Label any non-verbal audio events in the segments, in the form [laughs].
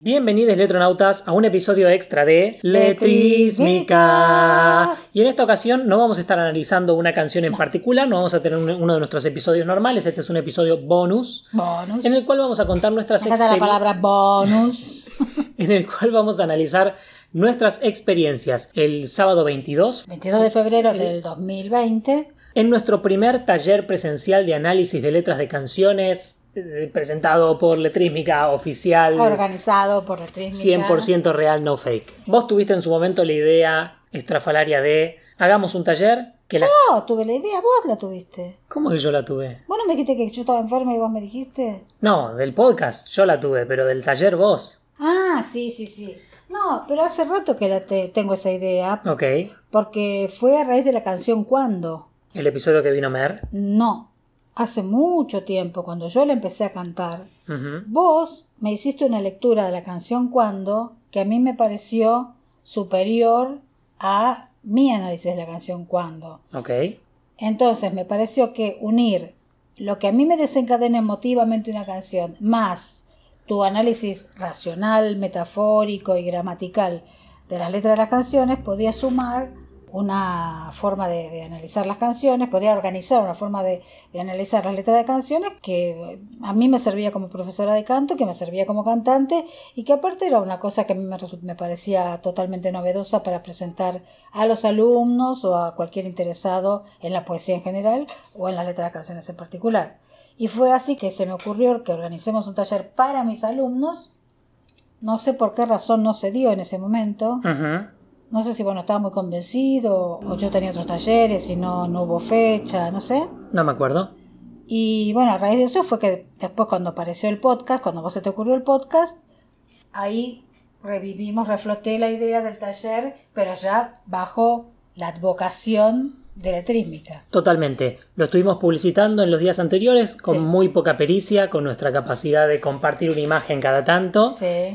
Bienvenidos letronautas a un episodio extra de Letrísmica. Y en esta ocasión no vamos a estar analizando una canción en particular, no vamos a tener un- uno de nuestros episodios normales, este es un episodio bonus, Bonus. en el cual vamos a contar nuestras Me encanta la experi- palabra bonus. en el cual vamos a analizar nuestras experiencias el sábado 22 22 de febrero del 2020. en nuestro primer taller presencial de análisis de letras de canciones eh, presentado por Letrísmica oficial. Organizado por Retrísmica. 100% real, no fake. Vos tuviste en su momento la idea estrafalaria de hagamos un taller que la... No, Oh, tuve la idea, vos la tuviste. ¿Cómo que yo la tuve? Vos no me dijiste que yo estaba enferma y vos me dijiste. No, del podcast yo la tuve, pero del taller vos. Ah, sí, sí, sí. No, pero hace rato que la te- tengo esa idea. Ok. Porque fue a raíz de la canción Cuando. El episodio que vino Mer. No, hace mucho tiempo, cuando yo la empecé a cantar, Ujú. Vos me hiciste una lectura de la canción Cuando que a mí me pareció superior a mi análisis de la canción Cuando. Ok. Entonces me pareció que unir lo que a mí me desencadena emotivamente una canción más tu análisis racional, metafórico y gramatical de las letras de las canciones podía sumar una forma de, de analizar las canciones, podía organizar una forma de, de analizar las letras de canciones que eh, a mí me servía como profesora de canto, que me servía como cantante y que aparte era una cosa que a mí me, resu- me parecía totalmente novedosa para presentar a los alumnos o a cualquier interesado en la poesía en general o en las letras de canciones en particular. Y fue así que se me ocurrió que organicemos un taller para mis alumnos. No sé por qué razón no se dio en ese momento. Ujú. No sé si bueno, estaba muy convencido o yo tenía otros talleres y no, no hubo fecha, no sé. No me acuerdo. Y bueno, a raíz de eso fue que después cuando apareció el podcast, cuando a vos se te ocurrió el podcast, ahí revivimos, refloté la idea del taller, pero ya bajo la advocación de la trítmica. Totalmente. Lo estuvimos publicitando en los días anteriores con Sí. muy poca pericia, con nuestra capacidad de compartir una imagen cada tanto. Sí.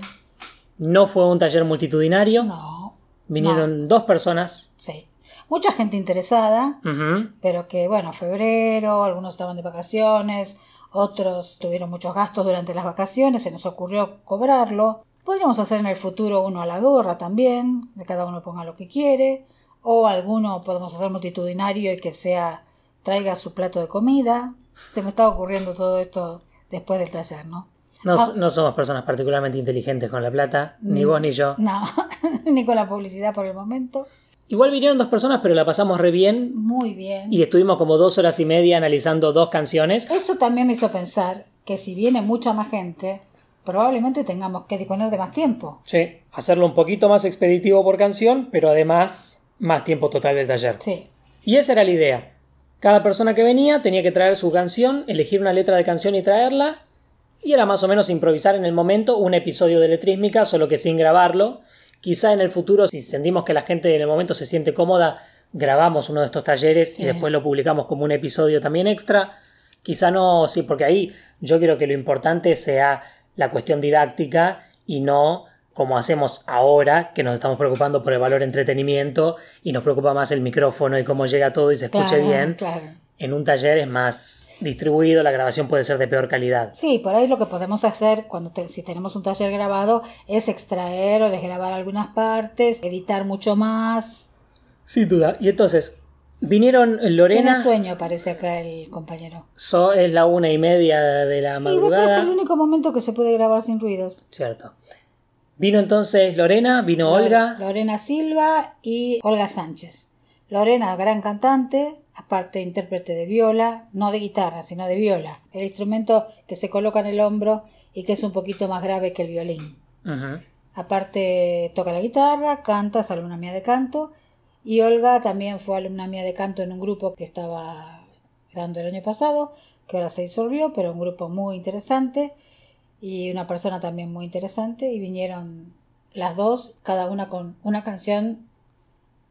No fue un taller multitudinario. No. Vinieron dos personas. Sí. Mucha gente interesada, Ujú. pero que bueno, febrero, algunos estaban de vacaciones, otros tuvieron muchos gastos durante las vacaciones, se nos ocurrió cobrarlo. Podríamos hacer en el futuro uno a la gorra también, de cada uno ponga lo que quiere, o alguno podemos hacer multitudinario y que sea traiga su plato de comida. Se me estaba ocurriendo todo esto después del taller, ¿no? No, Ah. no somos personas particularmente inteligentes con la plata, ni vos ni yo. No, [laughs] ni con la publicidad por el momento. Igual vinieron dos personas, pero la pasamos re bien Muy bien. y estuvimos como dos horas y media analizando dos canciones. Eso también me hizo pensar que si viene mucha más gente, probablemente tengamos que disponer de más tiempo. Sí, hacerlo un poquito más expeditivo por canción, pero además más tiempo total del taller. Sí, Y esa era la idea. Cada persona que venía tenía que traer su canción, elegir una letra de canción y traerla. Y era más o menos improvisar en el momento un episodio de Letrísmica, solo que sin grabarlo. Quizá en el futuro, si sentimos que la gente en el momento se siente cómoda, grabamos uno de estos talleres y Sí. después lo publicamos como un episodio también extra. Quizá no, sí, porque ahí yo creo que lo importante sea la cuestión didáctica y no como hacemos ahora, que nos estamos preocupando por el valor entretenimiento y nos preocupa más el micrófono y cómo llega todo y se escuche claro, bien. claro. En un taller es más distribuido, la grabación puede ser de peor calidad. Sí, por ahí lo que podemos hacer cuando te- si tenemos un taller grabado es extraer o desgrabar algunas partes, editar mucho más. Sin duda. Y entonces, vinieron Tiene Lorena, sueño, parece acá el compañero. so- es la una y media de la Y vos parece madrugada. el único momento que se puede grabar sin ruidos. Cierto. Vino entonces Lorena, vino Olga. Lorena Silva y Olga Sánchez. Lorena, gran cantante, aparte intérprete de viola, no de guitarra, sino de viola, el instrumento que se coloca en el hombro y que es un poquito más grave que el violín. Ujú. Aparte toca la guitarra, canta, es alumna mía de canto. Y Olga también fue alumna mía de canto en un grupo que estaba dando el año pasado, que ahora se disolvió, pero un grupo muy interesante y una persona también muy interesante. Y vinieron las dos, cada una con una canción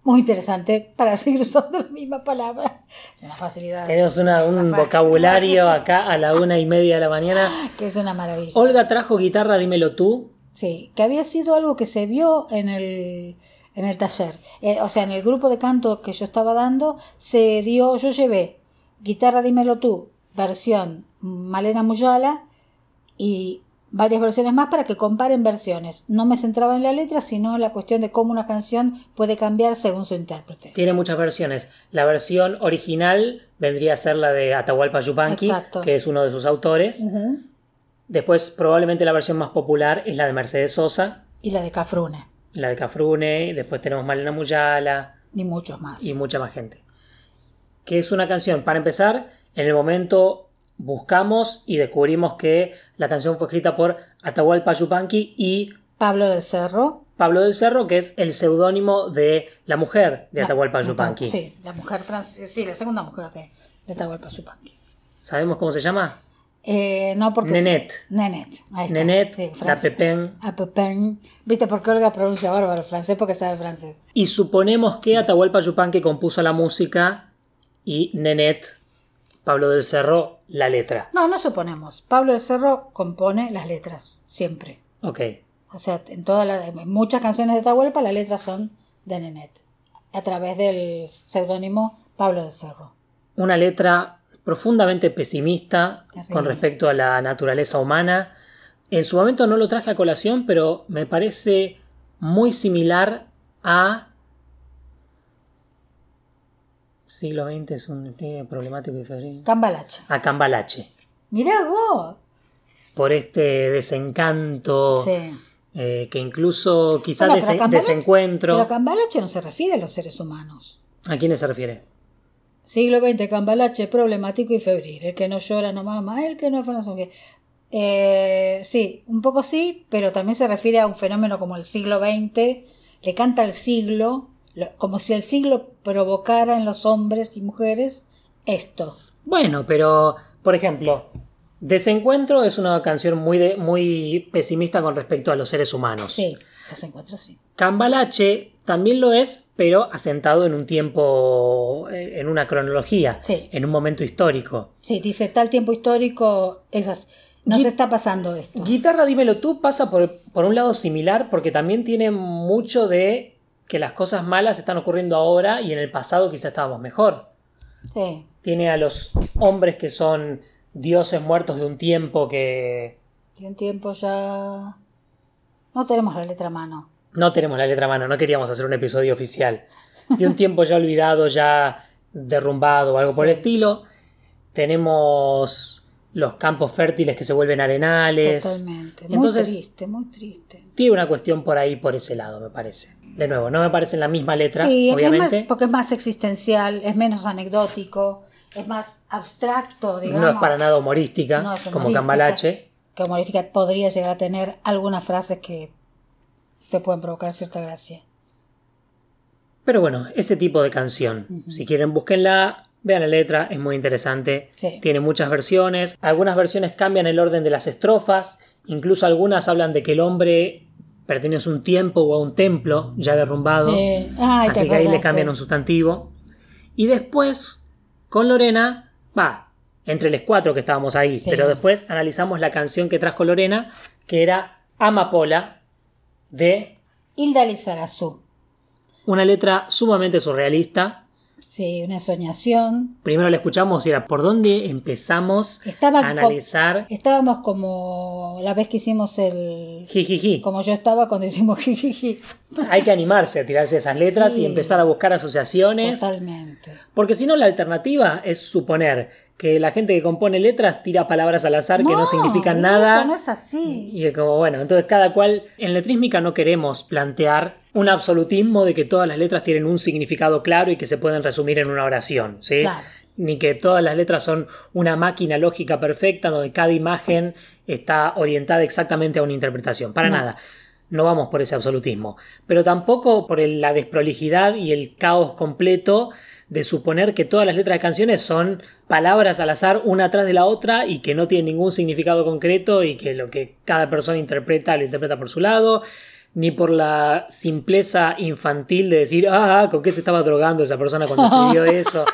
muy interesante, para [laughs] seguir usando la misma palabra. Una facilidad Tenemos una- un Papá. vocabulario acá a la una y media de la mañana. que es una maravilla. Olga trajo guitarra, dímelo tú. Sí, que había sido algo que se vio en el, en el taller. Eh, o sea, en el grupo de canto que yo estaba dando, se dio, yo llevé guitarra Dímelo Tú, versión Malena Muyala, y varias versiones más para que comparen versiones. No me centraba en la letra, sino en la cuestión de cómo una canción puede cambiar según su intérprete. Tiene muchas versiones. La versión original vendría a ser la de Atahualpa Yupanqui, Exacto. que es uno de sus autores. Ujú. Después, probablemente la versión más popular es la de Mercedes Sosa, Y la de Cafrune, la de Cafrune, y después tenemos Malena Muyala y muchos más. y mucha más gente. Que es una canción, para empezar, en el momento buscamos y descubrimos que la canción fue escrita por Atahualpa Yupanqui y Pablo del Cerro. Pablo del Cerro, que es el seudónimo de la mujer de la- Atahualpa de Ata- Yupanqui. Sí, la mujer francesa, sí, la segunda mujer de, de Atahualpa Yupanqui. ¿Sabemos cómo se llama? Eh, no porque... Nenet. Nenet, ahí está. Nenet, Sí, la francés. Pepén. A Pepin. ¿Viste por qué Olga pronuncia bárbaro francés? Porque sabe francés. Y suponemos que Atahualpa Yupanqui compuso la música y Nenet, Pablo del Cerro, la letra. No, no suponemos. Pablo del Cerro compone las letras, siempre. Ok. O sea, en, todas las en muchas canciones de Atahualpa las letras son de Nenet, a través del seudónimo Pablo del Cerro. Una letra profundamente pesimista Terrible. con respecto a la naturaleza humana. En su momento no lo traje a colación, pero me parece muy similar a... Siglo XX es un pliegue problemático y febril. Cambalache. A Cambalache. Mirá vos. Por este desencanto... Sí. eh, que incluso quizás Bueno, pero dese- Cambalache- desencuentro. Pero Cambalache no se refiere a los seres humanos. ¿A quiénes se refiere? Siglo XX, Cambalache, problemático y febril. El que no llora no mama, el que no es fantasma. Eh, sí, un poco sí, pero también se refiere a un fenómeno como el siglo XX. Le canta al siglo, lo- como si el siglo provocara en los hombres y mujeres esto. Bueno, pero por ejemplo, Desencuentro es una canción muy de- muy pesimista con respecto a los seres humanos. Sí, los encuentros sí. Cambalache también lo es, pero asentado en un tiempo, eh, en una cronología, Sí. en un momento histórico. Sí, dice tal tiempo histórico, esas. Nos Gui- está pasando esto. Guitarra, dímelo tú, pasa por, por un lado similar porque también tiene mucho de que las cosas malas están ocurriendo ahora y en el pasado quizá estábamos mejor. Sí. tiene a los hombres que son dioses muertos de un tiempo que De un tiempo ya. No tenemos la letra a mano. no tenemos la letra a mano, no queríamos hacer un episodio oficial. De un tiempo ya olvidado, ya derrumbado o algo por el Sí. estilo. Tenemos los campos fértiles que se vuelven arenales. Totalmente. Entonces- muy triste, muy triste. Tiene una cuestión por ahí, por ese lado, me parece. De nuevo, no me parecen la misma letra, Sí, es- es obviamente. más- porque es más existencial, es menos anecdótico, es más abstracto, digamos. no es para nada humorística, No es como humorística. Cambalache. Que humorística podría llegar a tener algunas frases que te pueden provocar cierta gracia. Pero bueno, ese tipo de canción. Si quieren, búsquenla, vean la letra, es muy interesante. Sí. Tiene muchas versiones. Algunas versiones cambian el orden de las estrofas. Incluso algunas hablan de que el hombre pertenece a un tiempo o a un templo ya derrumbado. Sí. Ay, te Así que ahí le acordaste. cambian un sustantivo. Y después, con Lorena, va, entre los cuatro que estábamos ahí. Sí. Pero después analizamos la canción que trajo Lorena, que era Amapola, de Hilda Lizarazu. una letra sumamente surrealista. Sí, una soñación. Primero la escuchamos y era por dónde empezamos Estaba a co- analizar Estábamos como la vez que hicimos el. jijiji. Como yo estaba cuando hicimos [laughs] jijiji. [laughs] Hay que animarse a tirarse esas letras Sí. y empezar a buscar asociaciones. Totalmente. Porque si no, la alternativa es suponer que la gente que compone letras tira palabras al azar que no significan y nada. Eso no es así. Y es como, bueno, entonces cada cual, en letrísmica no queremos plantear un absolutismo de que todas las letras tienen un significado claro y que se pueden resumir en una oración, ¿sí? Claro. Ni que todas las letras son una máquina lógica perfecta donde cada imagen está orientada exactamente a una interpretación, para No. nada. No vamos por ese absolutismo, pero tampoco por el- la desprolijidad y el caos completo de suponer que todas las letras de canciones son palabras al azar una tras de la otra y que no tienen ningún significado concreto y que lo que cada persona interpreta lo interpreta por su lado, ni por la simpleza infantil de decir, ah, ¿con qué se estaba drogando esa persona [laughs] cuando escribió eso?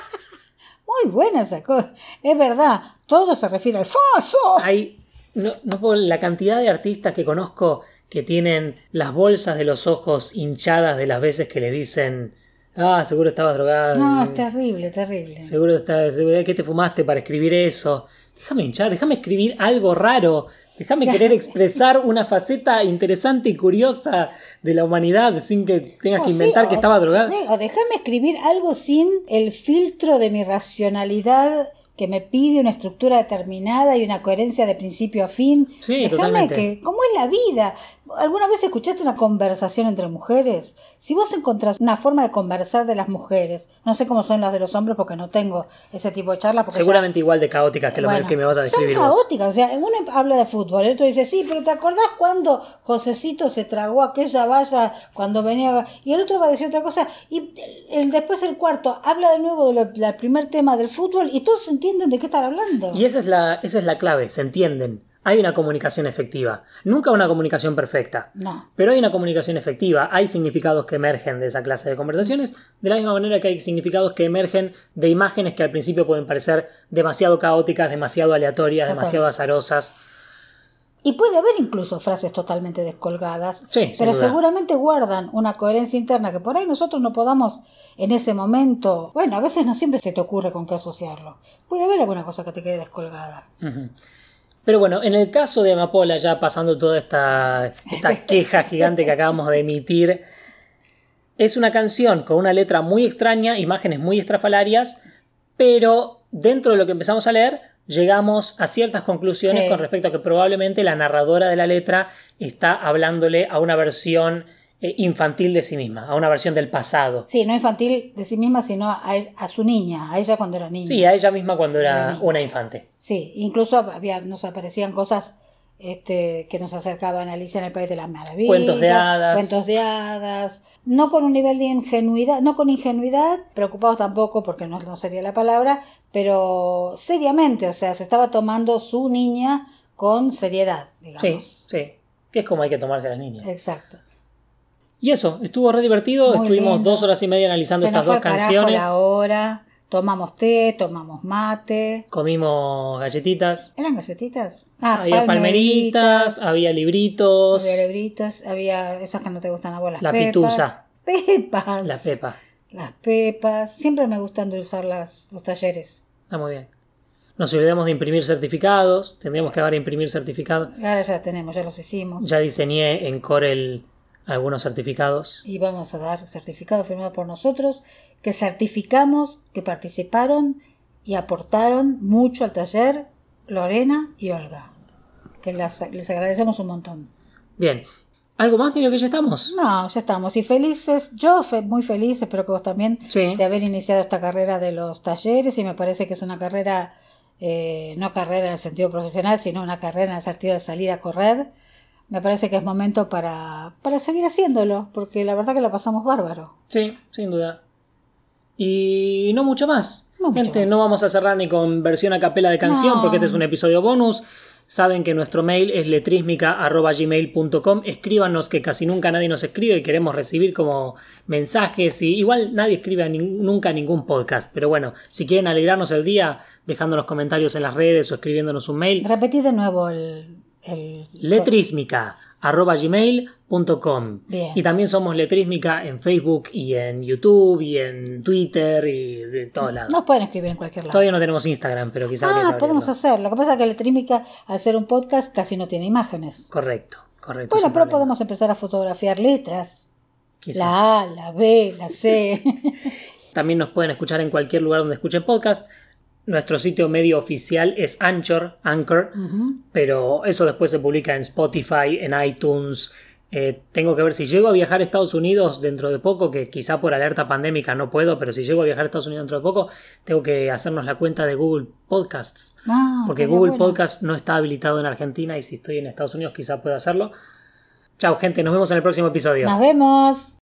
Muy buena esa cosa. Es verdad, todo se refiere al faso. Hay, no, no puedo- la cantidad de artistas que conozco que tienen las bolsas de los ojos hinchadas de las veces que le dicen Ah, seguro estabas drogada. No, es terrible, terrible. Seguro estabas. ¿Qué te fumaste para escribir eso? Déjame hinchar, déjame escribir algo raro. Déjame querer expresar una faceta interesante y curiosa de la humanidad sin que tengas O que Oh, sí, inventar que o- estaba drogada. sí, O déjame escribir algo sin el filtro de mi racionalidad que me pide una estructura determinada y una coherencia de principio a fin. Sí, déjame totalmente. que, ¿cómo es la vida? ¿Alguna vez escuchaste una conversación entre mujeres? Si vos encontrás una forma de conversar de las mujeres, no sé cómo son las de los hombres porque no tengo ese tipo de charlas. porque ya- Seguramente igual de caóticas que lo Bueno, que me vas a describir Son vos. caóticas, o sea, uno habla de fútbol, el otro dice, sí, pero ¿te acordás cuando Josecito se tragó aquella valla cuando venía? Y el otro va a decir otra cosa, y el, después el cuarto habla de nuevo de lo- del primer tema del fútbol y todos entienden de qué están hablando. Y esa es, la, esa es la clave, se entienden. Hay una comunicación efectiva. Nunca una comunicación perfecta. No. Pero hay una comunicación efectiva, hay significados que emergen de esa clase de conversaciones, de la misma manera que hay significados que emergen de imágenes que al principio pueden parecer demasiado caóticas, demasiado aleatorias, Total. demasiado azarosas. Y puede haber incluso frases totalmente descolgadas, Sí, sin pero duda. seguramente guardan una coherencia interna que por ahí nosotros no podamos en ese momento, bueno, a veces no siempre se te ocurre con qué asociarlo. Puede haber alguna cosa que te quede descolgada. Ujú. Pero bueno, en el caso de Amapola, ya pasando toda esta, [laughs] esta queja gigante que acabamos de emitir, es una canción con una letra muy extraña, imágenes muy estrafalarias, pero dentro de lo que empezamos a leer, llegamos a ciertas conclusiones Sí. con respecto a que probablemente la narradora de la letra está hablándole a una versión eh, infantil de sí misma, a una versión del pasado. Sí, no infantil de sí misma, sino a, ella- a su niña, a ella cuando era niña. Sí, eh. a ella misma cuando era Una niña. una infante. Sí, incluso había, nos aparecían cosas este, que nos acercaban a Alicia en el País de las Maravillas. Cuentos de hadas. Cuentos de hadas. No con un nivel de ingenuidad, no con ingenuidad, preocupados tampoco porque no, no sería la palabra, pero seriamente, o sea, se estaba tomando su niña con seriedad, Sí, digamos. sí. Que es como hay que tomarse a las niñas. Exacto. Y eso, estuvo re divertido. Muy Estuvimos lindo. dos horas y media analizando Se nos estas fue dos al carajo canciones. la hora, tomamos té, tomamos mate. Comimos galletitas. ¿Eran galletitas? Ah, había palmeritas, había libritos. había lebritas, había esas que no te gustan a vos, las La pepas. pitusa. Pepas. La pepa. Las pepas. Siempre me gustan dulzar las, los talleres. Está muy bien. Nos olvidamos de imprimir certificados. Tendríamos que ahora imprimir certificados. Ahora ya tenemos, ya los hicimos. Ya diseñé en Corel algunos certificados. Y vamos a dar certificados firmados por nosotros que certificamos que participaron y aportaron mucho al taller Lorena y Olga. Que las- les agradecemos un montón. Bien. ¿Algo más, medio que ya estamos? No, ya estamos. Y felices, yo fe- muy feliz, espero que vos también, Sí. de haber iniciado esta carrera de los talleres. Y me parece que es una carrera, eh, no carrera en el sentido profesional, sino una carrera en el sentido de salir a correr. Me parece que es momento para, para seguir haciéndolo, porque la verdad que la pasamos bárbaro. Sí, sin duda. Y no mucho más. No mucho Gente, más. no vamos a cerrar ni con versión a capela de canción No. porque este es un episodio bonus. Saben que nuestro mail es letrismica.gmail.com. Escríbanos que casi nunca nadie nos escribe y queremos recibir como mensajes. Y igual nadie escribe a nin- nunca a ningún podcast. Pero bueno, si quieren alegrarnos el día dejándonos comentarios en las redes o escribiéndonos un mail, Repetí de nuevo el. el letrismica@gmail.com Bien. y también somos Letrísmica en Facebook y en YouTube y en Twitter y de todos lados. Nos pueden escribir en cualquier lado. Todavía no tenemos Instagram, pero quizás ah, podemos hacer. Lo que pasa es que Letrímica, al ser un podcast, casi no tiene imágenes. Correcto, correcto. Bueno, sin pero problema. podemos empezar a fotografiar letras. Quizá. La A, la B, la C. También nos pueden escuchar en cualquier lugar donde escuchen podcast. Nuestro sitio medio oficial es Anchor, Anchor, [laughs] Ujú. pero eso después se publica en Spotify, en iTunes. Eh, tengo que ver si llego a viajar a Estados Unidos dentro de poco, que quizá por alerta pandémica no puedo, pero si llego a viajar a Estados Unidos dentro de poco, tengo que hacernos la cuenta de Google Podcasts. Ah, Porque estaría Google bueno. Podcast no está habilitado en Argentina y si estoy en Estados Unidos quizá pueda hacerlo. Chao gente, nos vemos en el próximo episodio. Nos vemos.